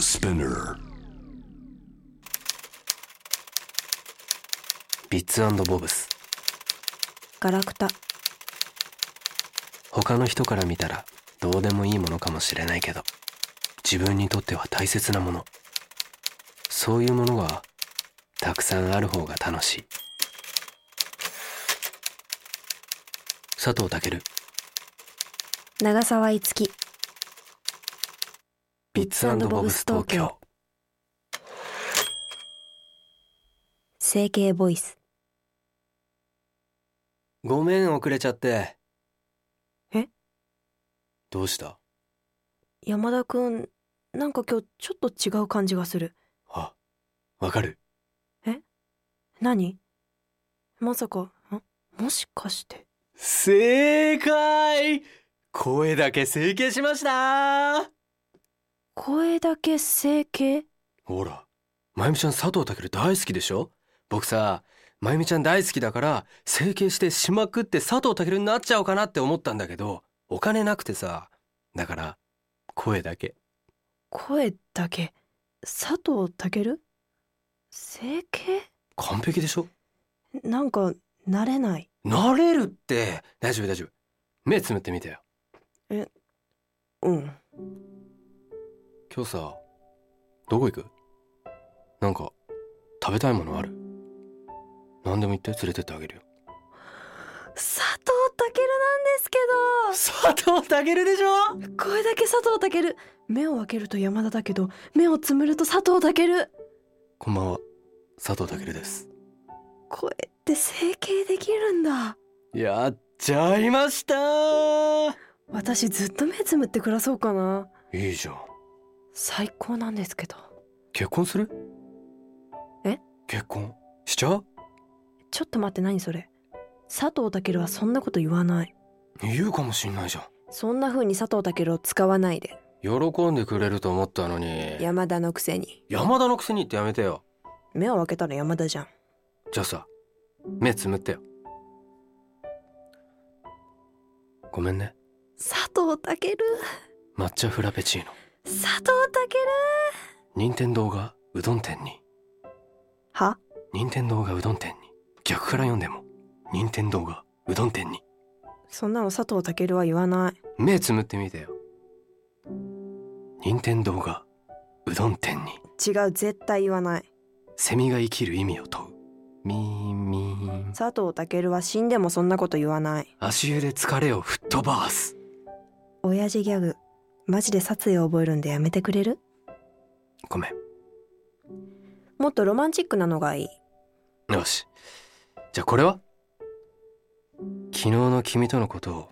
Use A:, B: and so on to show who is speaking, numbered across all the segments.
A: Spinner
B: ビッツボブス
C: ガラクタ
B: 他の人から見たらどうでもいいものかもしれないけど自分にとっては大切なものそういうものがたくさんある方が楽しい佐藤健
C: 長澤いつき
B: ビッツボブス東京
C: 整形ボイス
B: ごめん遅れちゃって
C: え
B: どうした
C: 山田くんなんか今日ちょっと違う感じがする
B: あわかる
C: 何まさかんもしかして
B: 正解声だけ整形しました
C: 声だけ整形
B: ほらまゆみちゃん佐藤健大好きでしょ僕さまゆみちゃん大好きだから整形してしまくって佐藤健になっちゃおうかなって思ったんだけどお金なくてさだから声だけ
C: 声だけ佐藤健整形
B: 完璧でしょ
C: なんか慣れない
B: 慣れるって大丈夫大丈夫目つむってみてよ
C: うん
B: 今日さどこ行くなんか食べたいものある何でも言って連れてってあげるよ
C: 佐藤健なんですけ
B: 佐藤健でしょ
C: ど声だけ佐藤健目を開けると山田だけど目をつむると佐藤健
B: こんばんは佐藤健です
C: 声って整形できるんだ
B: やっちゃいました
C: 私ずっと目つむって暮らそうかない
B: いじゃん
C: 最高なんですけど
B: 結婚する
C: え
B: 結婚しちゃう
C: ちょっと待って何それ佐藤健はそんなこと言わない
B: 言うかもしんないじゃん
C: そんな風に佐藤健を使わないで
B: 喜んでくれると思ったのに
C: 山田のくせに
B: 山田のくせにってやめてよ
C: 目を開けたら山田じゃん
B: じゃあさ目つむってよごめんね
C: 佐藤健
B: 抹茶フラペチーノ
C: 佐藤健
B: 任天堂がうどん店に
C: は
B: 任天堂がうどん店に逆から読んでも任天堂がうどん店に
C: そんなの佐藤健は言わない
B: 目つむってみてよ任天堂がうどん店に
C: 違う絶対言わない
B: セミが生きる意味を問うみーみー
C: 佐藤健は死んでもそんなこと言わない
B: 足湯で疲れを吹っ飛ばす
C: 親父ギャグマジで殺意を覚えるんでやめてくれる
B: ごめ
C: もっとロマンチックなのがいい
B: んよしじゃあこれは昨日の君とのことを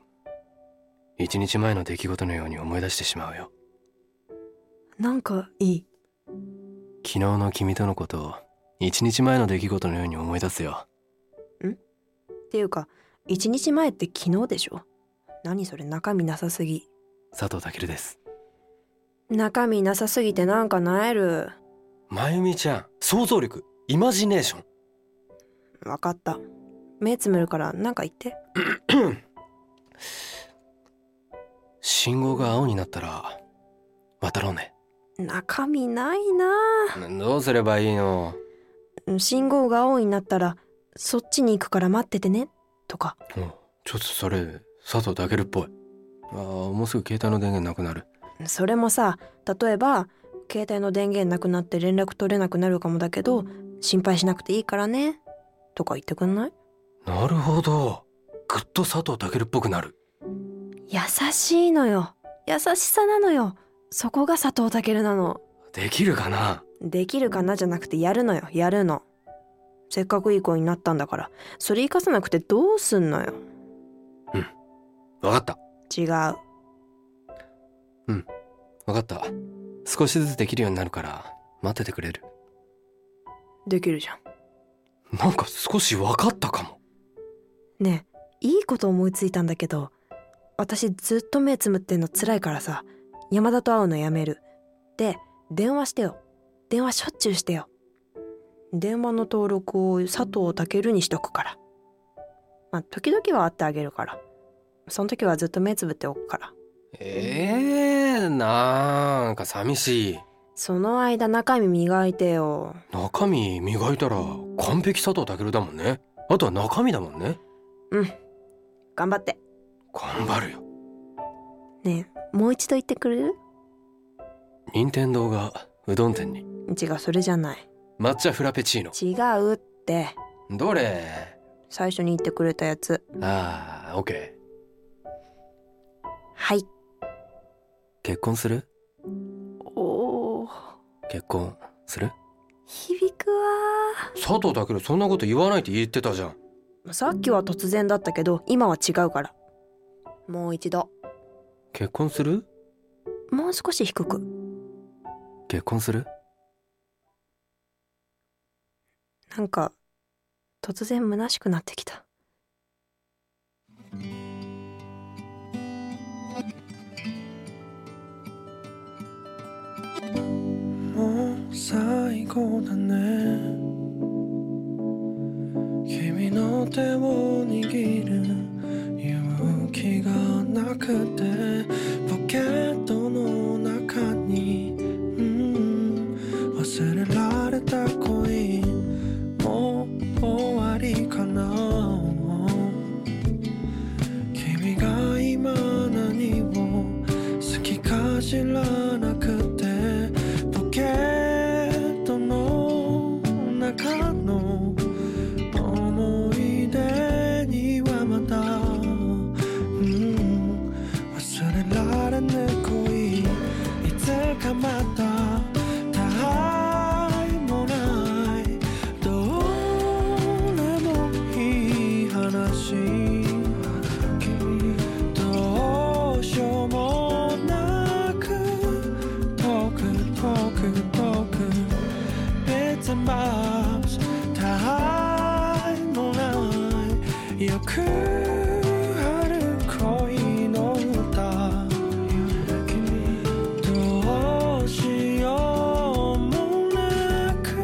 B: 一日前の出来事のように思い出してしまうよ
C: なんかいい
B: 昨日の君とのことを一日前の出来事のように思い出すよ
C: っていうか一日前って昨日でしょ何それ中身なさすぎ
B: 佐藤健です
C: 中身なさすぎてなんかなえる
B: まゆみちゃん想像力イマジネーション
C: わかった目つむるからなんか言って
B: 信号が青になったら渡ろうね
C: 中身ないな
B: どうすればいいの
C: あ信号が青になったらそっちに行くから待っててねとか
B: うんちょっとそれ佐藤健っぽいあーもうすぐ携帯の電源なくなる
C: それもさ例えば携帯の電源なくなって連絡取れなくなるかもだけど心配しなくていいからねとか言ってくんない
B: なるほどぐっと佐藤健っぽくなる
C: 優しいのよ優しさなのよそこが佐藤健なの
B: できるかな
C: できるかなじゃなくてやるのよやるのせっかくいい子になったんだからそれ生かさなくてどうすんのよ
B: わかった
C: 違う
B: わかった少しずつできるようになるから待っててくれる
C: できるじゃん
B: なんか少し分かったかも
C: ねえいいこと思いついたんだけど私ずっと目つむってんの辛いからさ山田と会うのやめるで電話してよ電話しょっちゅうしてよ電話の登録を佐藤健にしとくからまあ時々は会ってあげるからその時はずっと目つぶっておくから
B: ええなんか寂しい
C: その間中身磨いてよ
B: 中身磨いたら完璧佐藤健だもんねあとは中身だもんね
C: 頑張って
B: 頑張るよ
C: ねえもう一度言ってくれる
B: 任天堂がうどん店に
C: 違うそれじゃない
B: 抹茶フラペチーノ
C: 違うって
B: どれ
C: 最初に言ってくれたやつ
B: ああオッケー
C: はい
B: 結婚する
C: おお
B: 結婚する
C: 響くわ
B: 佐藤健そんなこと言わないって言ってたじゃん
C: さっきは突然だったけど今は違うからもう一度
B: 結婚する
C: もう少し低く
B: 結婚する
C: なんか突然虚しくなってきた
A: もう最後だね君の手を握る勇気がなくてポケットの中に、うん、忘れられた恋もう終わりかな君が今何を好きか知らなくてポケットの中の思い出にはまた、うん、忘れられぬ恋いつかまたたわいもないどれもいい話どうしようもなく遠く遠く遠く Bits and bobs たいのないよくある恋の歌どうしようもなく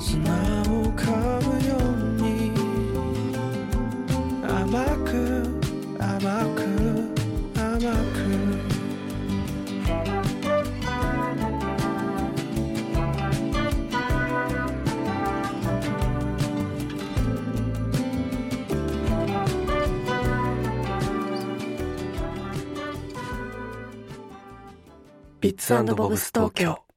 A: 砂を噛むように甘く甘く甘く
B: ビッツボブス東京